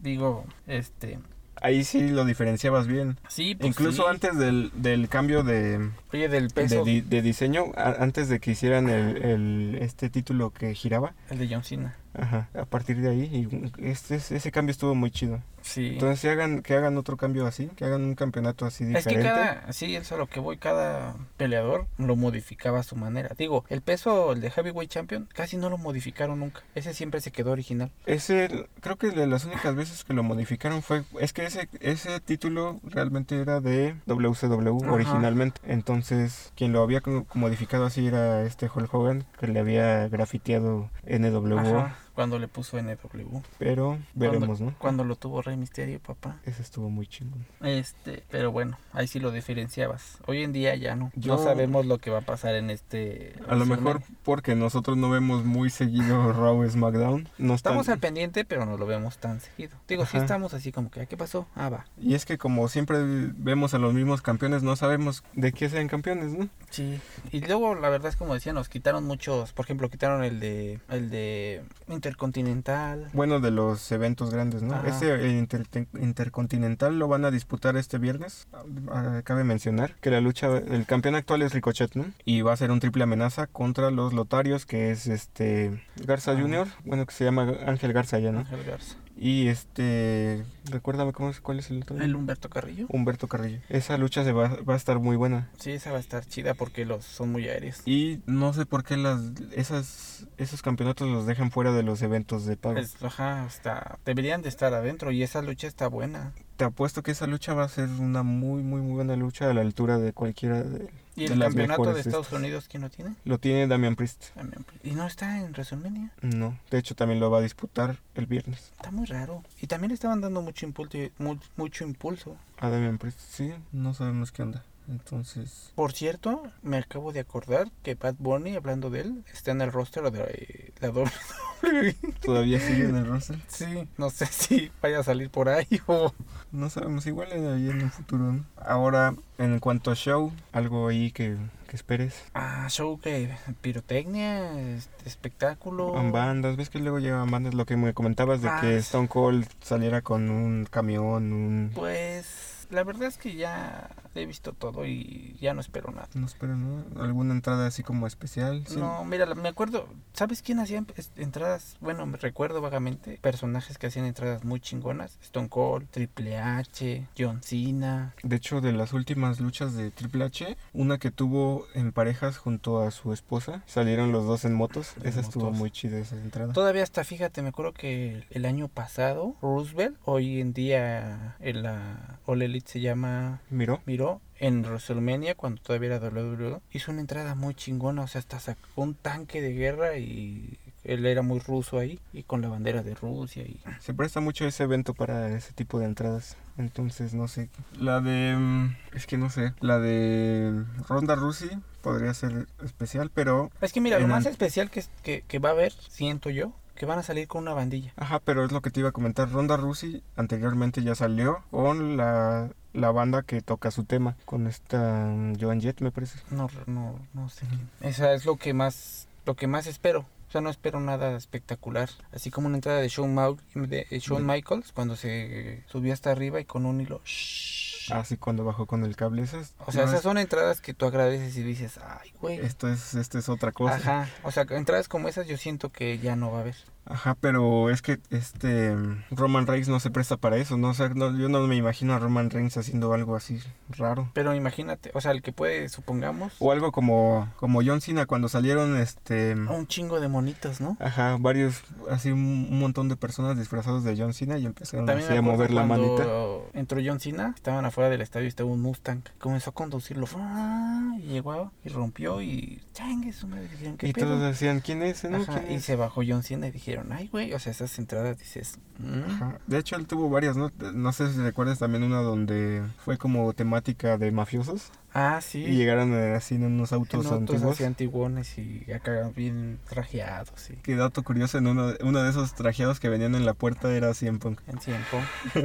D: Digo, este.
E: Ahí sí lo diferenciabas bien.
D: Sí, pues
E: Incluso
D: sí.
E: antes del, del cambio de,
D: Oye, del
E: de,
D: peso.
E: di- de diseño, a- antes de que hicieran el, el- este título que giraba,
D: El de John Cena.
E: ajá, a partir de ahí, y este, ese cambio estuvo muy chido.
D: Sí.
E: Entonces si hagan, que hagan otro cambio así, que hagan un campeonato así
D: Es que
E: diferente.
D: cada, sí, eso a lo que voy, cada peleador lo modificaba a su manera. Digo, el peso, el de Heavyweight Champion, casi no lo modificaron nunca. Ese siempre se quedó original.
E: Ese, creo que de las únicas veces que lo modificaron fue, es que ese, ese título realmente era de WCW
D: Ajá.
E: originalmente. Entonces, quien lo había co- modificado así era este Hulk Hogan, que le había grafiteado NWO,
D: Ajá, cuando le puso NW.
E: pero veremos,
D: cuando,
E: ¿no?
D: Cuando lo tuvo Rey Misterio, papá.
E: Ese estuvo muy chingón.
D: Este, pero bueno, ahí sí lo diferenciabas. Hoy en día ya no.
E: Yo-
D: No sabemos lo que va a pasar en este.
E: A lo mejor porque nosotros no vemos muy seguido Raw y SmackDown. No están-
D: Estamos al pendiente, pero no lo vemos tan seguido. Digo, sí
E: Ajá.
D: estamos así como que, "Ah, ¿qué pasó? Ah, va.
E: Y es que como siempre vemos a los mismos campeones, no sabemos de qué sean campeones, ¿no?
D: Sí, y luego la verdad es como decía, nos quitaron muchos, por ejemplo, quitaron el de el de Intercontinental.
E: Bueno, de los eventos grandes, ¿no?
D: Ajá.
E: Ese eh, inter- intercontinental lo van a disputar este viernes. Ah, Cabe mencionar que la lucha, el campeón actual es Ricochet, ¿no? Y va a ser un triple amenaza contra los Lotarios, que es este Garza
D: Ah.
E: Jr., bueno, que se llama Ángel Garza ya, ¿no?
D: Ángel Garza.
E: Y este, recuérdame cómo es, cuál es el otro.
D: El Humberto Carrillo.
E: Humberto Carrillo. Esa lucha se va, va a estar muy buena.
D: Sí, esa va a estar chida porque los son muy aéreos.
E: Y no sé por qué las, esas, esos campeonatos los dejan fuera de los eventos de pago.
D: Pues, ajá, está, deberían de estar adentro y esa lucha está buena.
E: Te apuesto que esa lucha va a ser una muy, muy, muy buena lucha a la altura de cualquiera de,
D: Y
E: de
D: el
E: las
D: campeonato
E: mejores
D: de Estados
E: estas.
D: Unidos quién lo tiene?
E: Lo tiene Damian Priest.
D: También, pues, Y no está en WrestleMania.
E: No, de hecho también lo va a disputar el viernes.
D: Está muy raro. Y también le estaban dando mucho impulso, mu- mucho impulso.
E: A Damian Priest, sí, no sabemos qué onda. Entonces,
D: Por cierto, me acabo de acordar que Pat Bunny, hablando de él, está en el roster de la WWE.
E: todavía sigue en el roster.
D: Sí, no sé si vaya a salir por ahí o...
E: No sabemos, igual de ahí en un futuro. ¿no? Ahora, en cuanto a show, algo ahí que, que esperes.
D: Ah, show que pirotecnia, este, espectáculo.
E: Bandas, ves que luego llevan bandas, lo que me comentabas de
D: Ah.
E: que Stone Cold saliera con un camión, un...
D: Pues la verdad es que ya he visto todo y ya no espero nada.
E: No espero, ¿no? Alguna entrada así como especial. sí.
D: No, mira, la- me acuerdo, ¿sabes quién hacía es- entradas? Bueno, me recuerdo vagamente personajes que hacían entradas muy chingonas. Stone Cold, Triple H, John Cena.
E: De hecho, de las últimas luchas de Triple H, una que tuvo en parejas junto a su esposa, salieron los dos en motos.
D: En
E: esa estuvo
D: motos.
E: muy chida esa entrada.
D: Todavía hasta, fíjate, me acuerdo que el año pasado, Roosevelt, hoy en día en la All Elite se llama
E: ¿Miró?
D: miró en WrestleMania cuando todavía era WWE, hizo una entrada muy chingona, o sea, hasta sacó un tanque de guerra y él era muy ruso ahí y con la bandera de Rusia y
E: Se presta mucho ese evento para ese tipo de entradas. Entonces, no sé. La de. mm, Es que no sé. La de Ronda Rousey podría ser especial, pero.
D: es que mira, lo
E: En
D: más
E: an-
D: especial que, es- que, que va a haber, siento yo, que van a salir con una bandilla.
E: Ajá, pero es lo que te iba a comentar. Ronda Rousey anteriormente ya salió con la, la banda que toca su tema. Con esta. mm, Joan Jett, me parece.
D: No, no, no sé. quién. Esa es lo que más, lo que más espero. O sea, no espero nada espectacular. Así como una entrada de Shawn, Mau- de Shawn Michaels cuando se subió hasta arriba y con un hilo. shhh.
E: Así Ah, cuando bajó con el cable. Esas,
D: O sea,
E: no
D: esas
E: es-
D: son entradas que tú agradeces y dices, ay, güey.
E: Esto es, esto es otra cosa.
D: Ajá, o sea, entradas como esas yo siento que ya no va a haber.
E: Ajá, pero es que este mm, Roman Reigns no se presta para eso, ¿no? O sea, no- yo no me imagino a Roman Reigns haciendo algo así raro.
D: Pero imagínate, o sea, el que puede, supongamos,
E: O algo como, como John Cena cuando salieron este...
D: a un chingo de monitos, ¿no?
E: Ajá, varios, así un, un montón de personas disfrazadas de John Cena y empezaron
D: También
E: así
D: me
E: a
D: acuerdo
E: mover la
D: cuando
E: manita.
D: Entró John Cena, estaban afuera del estadio y estaba un Mustang. Comenzó a conducirlo. ¡ah! y llegó y rompió y changue su madre, dijeron, ¿qué
G: Y
D: pedo?
G: todos decían, ¿quién es? eh, no?
D: Ajá,
G: ¿Quién
D: y
G: es?".
D: se bajó John Cena y dijeron, ay, güey, o sea, esas entradas dices, "Mm".
G: Ajá.
E: De hecho, él tuvo varias, ¿no? No sé si recuerdas también una donde fue como temática de mafiosos.
D: ah, sí,
E: Y llegaron eh, así en unos autos
D: en autos
E: antiguos.
D: así antiguones y acá bien trajeados y
E: Que dato curioso, en uno, de- uno de esos trajeados que venían en la puerta era CM Punk.
D: en tiempo.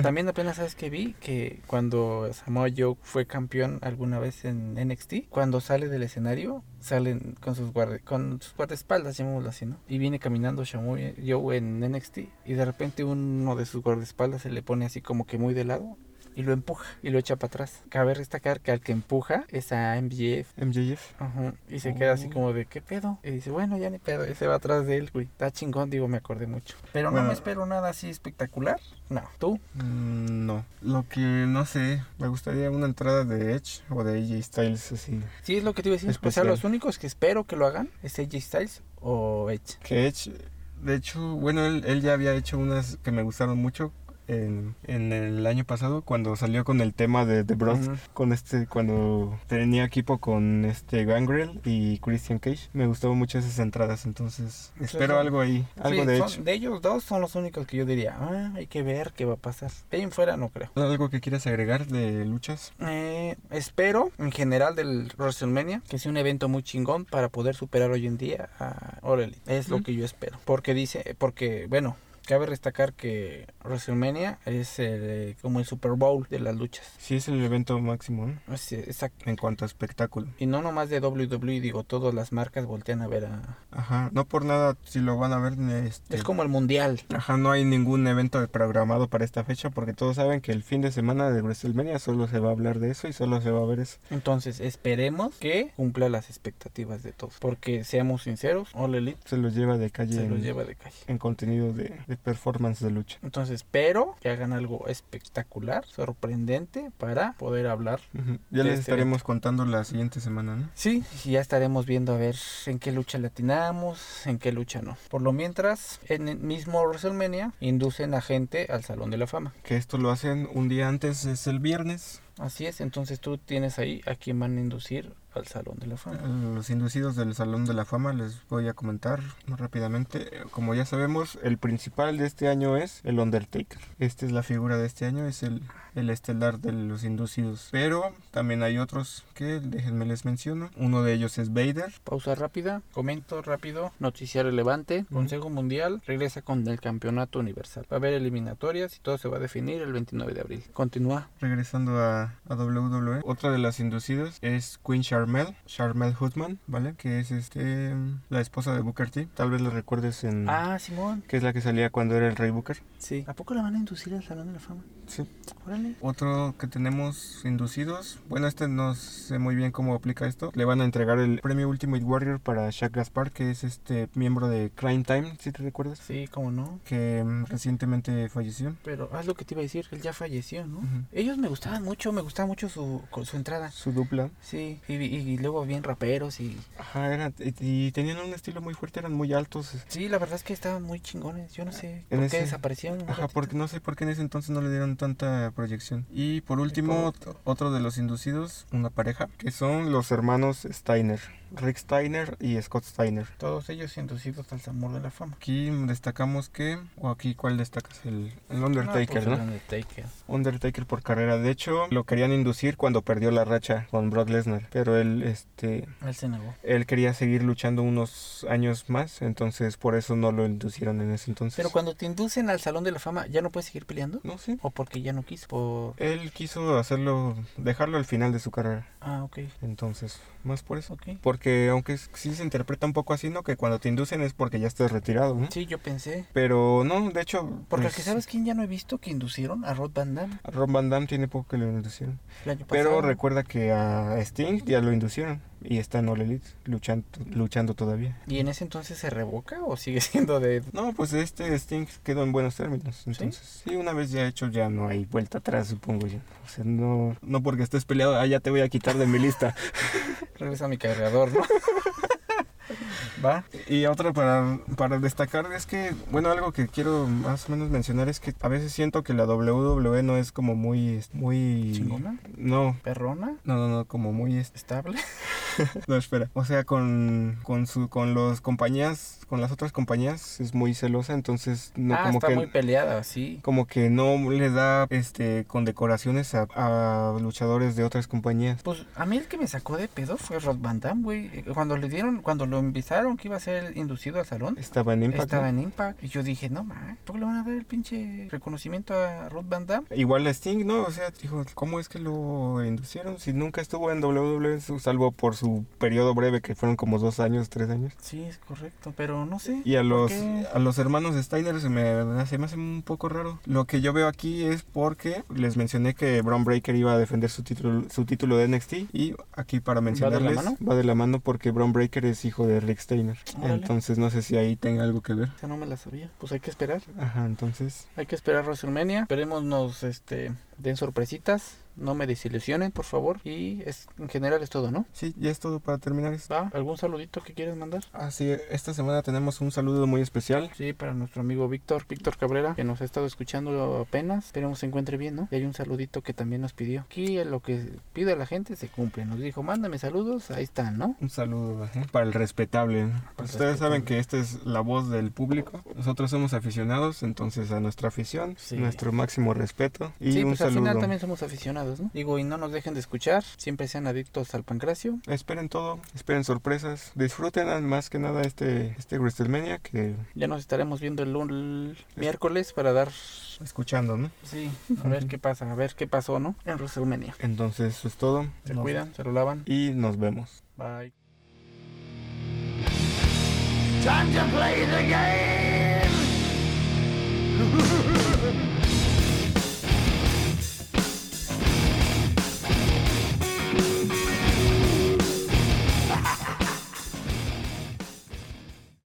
D: También apenas sabes que vi que cuando Samoa Joe fue campeón alguna vez en NXT, cuando sale del escenario, salen con sus guarda, con sus guardaespaldas, llamémoslo así, ¿no? Y viene caminando Samoa Joe en NXT y de repente uno de sus guardaespaldas se le pone así como que muy de lado y lo empuja y lo echa para atrás. Cabe destacar que al que empuja es a MJF.
G: MJF.
D: Ajá, Y se queda así
G: Oh.
D: como de, ¿qué pedo? Y dice, bueno, ya ni pedo. Y se va atrás de él, güey. Está chingón, digo, me acordé mucho. Pero no
E: Bueno.
D: me espero nada así espectacular. No, tú.
E: Mm, no. Lo que no sé, me gustaría una entrada de Edge o de AJ Styles así.
D: Sí, es lo que te iba a decir. O sea,
E: Especial.
D: los únicos que espero que lo hagan es AJ Styles o Edge.
E: Que Edge, de hecho, bueno, él, él ya había hecho unas que me gustaron mucho. En, en el año pasado cuando salió con el tema de The Bronx
D: Ujú.
E: con este cuando tenía equipo con este Gangrel y Christian Cage me gustó mucho esas entradas entonces espero
D: son-
E: algo ahí algo
D: Sí,
E: de
D: son-
E: Edge
D: de ellos dos son los únicos que yo diría, ah, hay que ver qué va a pasar. De ahí en fuera no creo.
E: algo que quieras agregar de luchas
D: Eh, espero, en general, del WrestleMania, que sea un evento muy chingón para poder superar hoy en día a All Elite. Es lo que yo espero. Porque dice, porque, bueno, cabe destacar que WrestleMania es eh, como el Super Bowl de las luchas.
E: sí es el evento máximo ¿no?
D: Es, eh, exacto.
E: en cuanto a espectáculo
D: Y no nomás de WWE, digo, todas las marcas voltean a ver a...
E: ajá no por nada si lo van a ver este,
D: Es como el mundial.
E: Ajá, no hay ningún evento programado para esta fecha porque todos saben que el fin de semana de WrestleMania solo se va a hablar de eso y solo se va a ver eso.
D: Entonces, esperemos que cumpla las expectativas de todos. Porque, seamos sinceros, All Elite
E: Se lo lleva de calle
D: se lo
E: en,
D: lleva de calle.
E: en contenido de, de performance de lucha.
D: Entonces espero que hagan algo espectacular, sorprendente, para poder hablar.
E: Ujú.
D: De
E: Ya les
D: este
E: estaremos contando la siguiente semana, ¿no?
D: Sí, y ya estaremos viendo a ver en qué lucha latinamos, en qué lucha no. Por lo mientras, en el mismo WrestleMania inducen a gente al Salón de la Fama.
E: Que esto lo hacen un día antes, es el viernes.
D: Así es, entonces tú tienes ahí a quién van a inducir al Salón de la Fama.
E: Los inducidos del Salón de la Fama les voy a comentar muy rápidamente. Como ya sabemos, el principal de este año es el Undertaker. Esta es la figura de este año, es el, el estelar de los inducidos. Pero también hay otros que déjenme les menciono. Uno de ellos es Vader.
D: Pausa rápida, comento rápido, noticia relevante, Consejo Mundial regresa con el Campeonato Universal. Va a haber eliminatorias y todo se va a definir el 29 de abril. Continúa.
E: Regresando a, a WWE, otra de las inducidas es Queen Charmel, Charmel Hoodman, ¿vale? Que es este la esposa de Booker T. Tal vez la recuerdes en
D: Ah, Simón.
E: que es la que salía cuando era el Rey Booker.
D: Sí. ¿A poco la van a inducir al Salón de la Fama?
E: Sí.
D: Órale.
E: Otro que tenemos inducidos, bueno, este no sé muy bien cómo aplica esto. Le van a entregar el premio Ultimate Warrior para Shaq Gaspar, que es este miembro de Crime Time, si te recuerdas,
D: Sí, cómo no.
E: que mm, recientemente falleció.
D: Pero haz lo que te iba a decir, él ya falleció, ¿no?
E: Ujú.
D: Ellos me gustaban mucho, me gustaba mucho su, con su entrada.
E: Su dupla.
D: Sí, y, y- y luego bien raperos y...
E: Ajá, eran- y, y tenían un estilo muy fuerte, eran muy altos.
D: Sí, la verdad es que estaban muy chingones, yo no sé por
E: En
D: qué
E: ese-
D: desaparecieron. un
E: Ajá,
D: ratito.
E: porque no sé por qué en ese entonces no le dieron tanta proyección. Y por último, ot- otro de los inducidos, una pareja, que son los hermanos Steiner, Rick Steiner y Scott Steiner.
D: Todos ellos inducidos al Salón de la Fama.
E: Aquí destacamos que, o aquí cuál destacas, el, el
D: Ah, pues,
E: Undertaker,
D: el
E: ¿no?
D: Undertaker.
E: Undertaker por carrera. De hecho, lo querían inducir cuando perdió la racha con Brock Lesnar, pero él, este,
D: Él se negó.
E: él quería seguir luchando unos años más, entonces por eso no lo inducieron en ese entonces.
D: Pero cuando te inducen al Salón de la Fama, ¿ya no puedes seguir peleando?
E: no sé.
D: ¿O porque ya no quiso? Por...
E: Él quiso hacerlo, dejarlo al final de su carrera,
D: Ah, ok,
E: entonces más por eso.
D: ok.
E: Porque aunque es- sí se interpreta un poco así, ¿no? Que cuando te inducen es porque ya estás retirado, ¿no?
D: Sí, yo pensé.
E: Pero no, de hecho...
D: Porque
E: pues,
D: que sabes quién ya no he visto que inducieron a Rod Van Damme
E: Rob Van Damme tiene poco que lo inducieron.
D: el año pasado.
E: Pero recuerda que a Sting ya lo inducieron y está en All Elite luchando, luchando todavía.
D: ¿Y en ese entonces se revoca o sigue siendo de
E: No, pues este Sting quedó en buenos términos. Entonces, ¿Sí? una vez ya hecho, ya no hay vuelta atrás, supongo yo. O sea, no, no porque estés peleado, ah, ya te voy a quitar de mi lista.
D: regresa a mi cargador, no? Va.
E: Y otra para, para destacar es que, bueno, algo que quiero más o menos mencionar es que a veces siento que la WWE no es como muy. muy
D: ¿Chingona?
E: No,
D: ¿Perrona?
E: no, no, no, como muy. este,
D: ¿Estable?
E: no, espera. O sea, con, con, su, con los compañías, con las otras compañías es muy celosa, entonces no
D: ah,
E: como
D: está
E: que...
D: muy peleada, sí.
E: Como que no le da este condecoraciones a, a luchadores de otras compañías.
D: Pues a mí el que me sacó de pedo fue Rod Van Damme, güey. Eh, Cuando le dieron, cuando lo invitaron que iba a ser inducido al salón,
E: Estaba en Impact.
D: estaba
E: ¿no?
D: en Impact. Y yo dije, no, man, ¿por qué le van a dar el pinche reconocimiento a Rod Van Damme?
E: Igual a Sting, ¿no? O sea, dijo, ¿cómo es que lo inducieron si nunca estuvo en WWE, salvo por su periodo breve que fueron como dos años, tres años?
D: Sí, es correcto, pero no sé.
E: Y a
D: ¿por
E: los,
D: qué?
E: a los hermanos Steiner se me, se me hace un poco raro. Lo que yo veo aquí es porque les mencioné que Braun Breaker iba a defender su título, su título de NXT. Y aquí para mencionarles,
D: mano?
E: va de la mano porque Braun Breaker es hijo de Rick Steiner.
D: Órale.
E: Entonces no sé si ahí tenga algo que ver.
D: O sea, no me la sabía. Pues hay que esperar.
E: Ajá, entonces.
D: Hay que esperar WrestleMania. Esperemos nos este, den sorpresitas. No me desilusionen, por favor. Y es, en general es todo, ¿no?
E: Sí, ya es todo para terminar esto.
D: ¿Va? ¿Algún saludito que quieras mandar?
E: Así, esta semana tenemos un saludo muy especial.
D: Sí, para nuestro amigo Víctor, Víctor Cabrera, que nos ha estado escuchando apenas. Esperemos se encuentre bien, ¿no? Y hay un saludito que también nos pidió. Aquí lo que pide la gente se cumple. Nos dijo, mándame saludos, ahí están, ¿no?
E: Un saludo ¿eh? para el respetable. Pues ustedes saben que esta es la voz del público. Nosotros somos aficionados, entonces a nuestra afición,
D: Sí.
E: nuestro máximo respeto y
D: sí,
E: un
D: pues al
E: saludo.
D: final también somos aficionados, ¿no? Digo, y no nos dejen de escuchar. Siempre sean adictos al pancracio.
E: Esperen todo, esperen sorpresas, disfruten ah, más que nada este, este WrestleMania que
D: Ya nos estaremos viendo el, lun- el miércoles para dar...
E: escuchando, ¿no?
D: Sí, a ver qué pasa, a ver qué pasó, ¿no? En WrestleMania.
E: Entonces eso es todo.
D: Se
E: Nos-
D: cuidan, se lo lavan.
E: y nos vemos.
D: Bye.
H: Time to play the game!